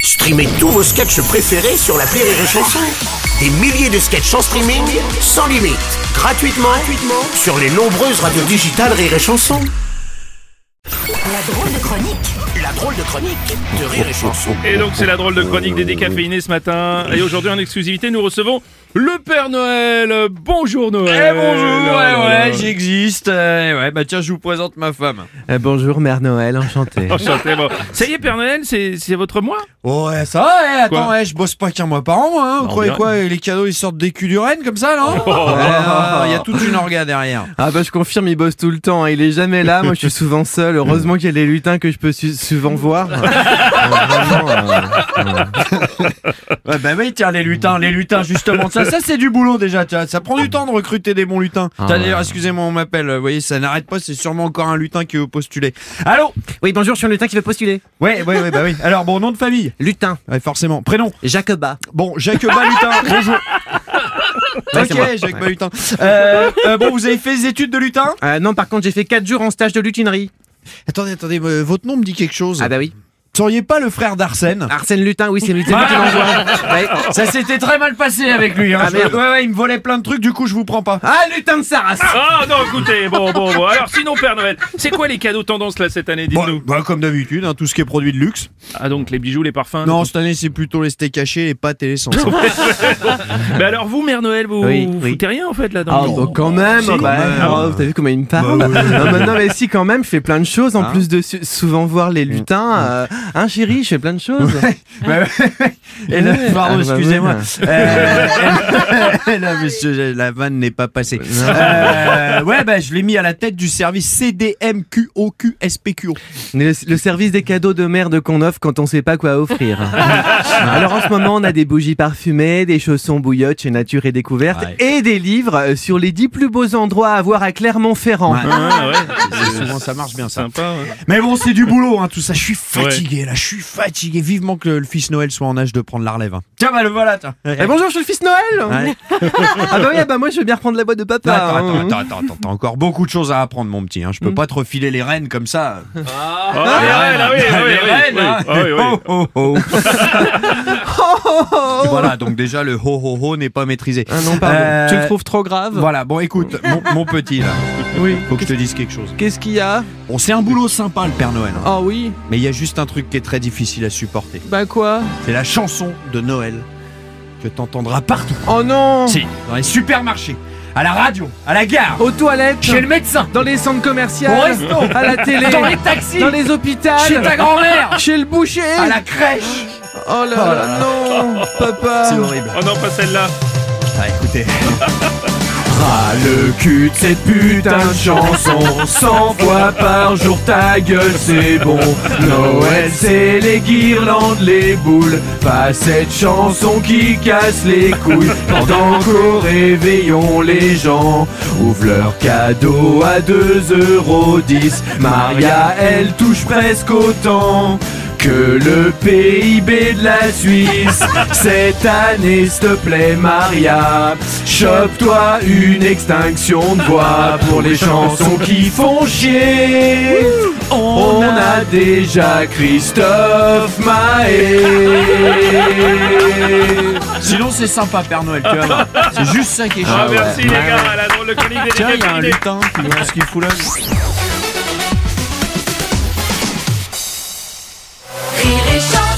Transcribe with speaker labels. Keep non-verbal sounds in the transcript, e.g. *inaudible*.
Speaker 1: Streamez tous vos sketchs préférés sur la Rire et Chanson. Des milliers de sketchs en streaming, sans limite, gratuitement, gratuitement sur les nombreuses radios digitales Rire et Chanson.
Speaker 2: La drôle de chronique.
Speaker 1: La drôle de chronique de Rire et Chanson.
Speaker 3: Et donc c'est la drôle de chronique des décaféinés ce matin. Et aujourd'hui en exclusivité nous recevons le Père Noël. Bonjour Noël.
Speaker 4: Eh bonjour,
Speaker 3: Oh là
Speaker 4: ouais,
Speaker 3: là.
Speaker 4: ouais, j'existe. euh, ouais, bah tiens, je vous présente ma femme.
Speaker 5: Euh, bonjour Mère
Speaker 4: *laughs*
Speaker 5: Noël, enchanté.
Speaker 3: Enchanté, bon. Ça y est Père Noël, c'est c'est votre mois
Speaker 4: Ouais, ça va, eh, attends,
Speaker 3: Quoi
Speaker 4: eh, je bosse pas qu'un mois par an, moi, hein. Vous
Speaker 3: Non,
Speaker 4: croyez
Speaker 3: bien.
Speaker 4: quoi Les cadeaux, ils sortent des culs du renne comme ça, non Il y a toute une orga derrière.
Speaker 5: Ah bah je confirme, il bosse tout le temps, hein, il est jamais là, moi je suis souvent seul, heureusement qu'il y a les lutins que je peux su- souvent
Speaker 4: *laughs*
Speaker 5: voir. Euh, vraiment, euh,
Speaker 4: *laughs* Ah, Ouais, bah oui, tiens, les lutins, les lutins, justement, ça, ça c'est du boulot déjà, tiens, ça prend du temps de recruter des bons lutins.
Speaker 5: Ah
Speaker 4: Tiens,
Speaker 5: ouais.
Speaker 4: D'ailleurs, excusez-moi, on m'appelle, euh, vous voyez, ça n'arrête pas, c'est sûrement encore un lutin qui veut postuler. Allô
Speaker 5: Oui bonjour, je suis un lutin qui veut postuler.
Speaker 4: Ouais, ouais, ouais, bah oui. Alors, bon, nom de famille
Speaker 5: Lutin,
Speaker 4: Ouais, forcément. Prénom
Speaker 5: Jacoba.
Speaker 4: Bon, Jacques *laughs* Balutin, bonjour.
Speaker 5: Ouais,
Speaker 4: ok,
Speaker 5: c'est moi.
Speaker 4: Jacques Balutin. Euh, euh, bon, vous avez fait des études de lutin
Speaker 5: Euh, non par contre j'ai fait 4 jours en stage de lutinerie.
Speaker 4: Attendez, attendez, euh, votre nom me dit quelque chose.
Speaker 5: Ah bah oui.
Speaker 4: Seriez pas le frère d'Arsène
Speaker 5: Arsène Lutin, oui *laughs* c'est Lutin qui m'envoie. Ouais.
Speaker 4: bah, Ça s'était très mal passé avec lui. Hein.
Speaker 5: Ah, merde.
Speaker 4: Ouais, ouais, il me volait plein de trucs, du coup je vous prends pas.
Speaker 5: Ah lutin de sa race
Speaker 3: Ah non, écoutez, bon bon bon. Alors sinon Père Noël, c'est quoi les cadeaux tendance là cette année,
Speaker 4: Bon,
Speaker 3: dites-nous
Speaker 4: bah, comme d'habitude, hein, tout ce qui est produit de luxe.
Speaker 3: Ah donc les bijoux, les parfums.
Speaker 4: Non, cette année c'est plutôt les steaks hachés, les pâtes et les *laughs* sangles.
Speaker 3: Mais alors vous Mère Noël, vous,
Speaker 5: Oui,
Speaker 3: vous
Speaker 5: oui.
Speaker 3: foutez rien en fait là
Speaker 5: Ah
Speaker 3: dans le-
Speaker 5: bah, quand même,
Speaker 4: Si,
Speaker 5: bah,
Speaker 4: quand même. Bah,
Speaker 5: oh, t'as vu comment il me parle non, mais, non, mais si quand même, je fais plein de choses, en
Speaker 4: Hein
Speaker 5: plus de su- souvent voir les lutins. euh, hein chéri, je fais plein de choses.
Speaker 4: Mm.
Speaker 5: *laughs*
Speaker 4: Ouais, ouais, ouais. et là,
Speaker 5: Ouais.
Speaker 4: pardon,
Speaker 5: Ah, bah,
Speaker 4: excusez-moi.
Speaker 5: ouais.
Speaker 4: Euh, là, monsieur, la vanne n'est pas passée. Euh, ouais, bah, je l'ai mis à la tête du service CDMQOQSPQO.
Speaker 5: Mais Le, le service des cadeaux de merde qu'on offre quand on sait pas quoi offrir.
Speaker 4: *laughs*
Speaker 5: Alors en ce moment, on a des bougies parfumées, des chaussons bouillottes chez Nature et Découverte
Speaker 4: Ouais.
Speaker 5: et des livres euh, sur les 10 plus beaux endroits à voir à Clermont-Ferrand.
Speaker 4: Ouais.
Speaker 3: Ah, ouais,
Speaker 4: C'est souvent, ça marche bien, ça.
Speaker 3: sympa. ouais.
Speaker 4: Mais bon, c'est du boulot, hein, tout ça. Je suis fatigué, là. Je suis fatigué. Vivement que le, le fils Noël soit en âge de prendre la relève. hein. Tiens, bah, le voilà, tiens.
Speaker 5: Eh, bonjour, je suis le fils Noël
Speaker 4: Ouais.
Speaker 5: Ah bah oui, ah bah moi je veux bien reprendre la boîte de papa.
Speaker 4: Attends, attends,
Speaker 5: hein.
Speaker 4: attends, attends, attends, t'as encore beaucoup de choses à apprendre, mon petit. Hein. Je peux pas te refiler les rênes comme ça.
Speaker 3: Mm. Ah, les reines, ah oui, ah oui,
Speaker 4: les
Speaker 3: oui,
Speaker 4: rênes,
Speaker 3: oui.
Speaker 4: hein.
Speaker 3: Ah oui, oui.
Speaker 4: Ho, ho, ho.
Speaker 3: *laughs*
Speaker 4: Voilà, donc déjà le ho ho ho n'est pas maîtrisé.
Speaker 5: Ah non, pardon.
Speaker 4: Euh,
Speaker 5: Tu le trouves trop grave
Speaker 4: Voilà, bon, écoute,
Speaker 3: Mm.
Speaker 4: mon, mon petit, là,
Speaker 5: Oui.
Speaker 4: faut que je te dise quelque chose.
Speaker 5: Qu'est-ce qu'il y a
Speaker 4: Bon, c'est un boulot sympa, le Père Noël. hein.
Speaker 3: Oh.
Speaker 5: Ah oui,
Speaker 4: Mais il y a juste un truc qui est très difficile à supporter.
Speaker 5: bah quoi
Speaker 4: C'est la chanson de Noël que t'entendras partout.
Speaker 5: Oh non
Speaker 4: Si, dans les supermarchés, à la radio, à la gare,
Speaker 3: Oh,
Speaker 5: Aux toilettes
Speaker 4: chez le médecin,
Speaker 5: Dans les centres commerciaux
Speaker 4: Au resto.
Speaker 5: À la télé
Speaker 4: dans les taxis,
Speaker 5: Dans les hôpitaux
Speaker 3: Ah,
Speaker 4: chez ta Ah, grand-mère,
Speaker 5: Chez le boucher
Speaker 4: à la crèche.
Speaker 5: Oh là là, non Papa
Speaker 4: C'est horrible.
Speaker 3: Oh non, pas celle-là.
Speaker 4: Ah, écoutez. Ras le cul de cette putain de chanson, 100 fois par jour ta gueule c'est bon. Noël c'est les guirlandes, les boules, pas cette chanson qui casse les couilles. Pendant qu'au réveillon les gens ouvrent leurs cadeaux à 2,10€. Maria elle touche presque autant que le PIB de la Suisse. Cette année, s'il te plaît, Maria, chope-toi une extinction de voix pour les chansons qui font chier. On a déjà Christophe Maé. Sinon, c'est sympa, Père Noël, tu vas *laughs* voir. C'est juste ça qui est
Speaker 3: Ah, merci les gars, à la drôle de chronique des décaféinés.
Speaker 4: lutin qui voit ce qu'il fout là.
Speaker 2: Rire et chanson.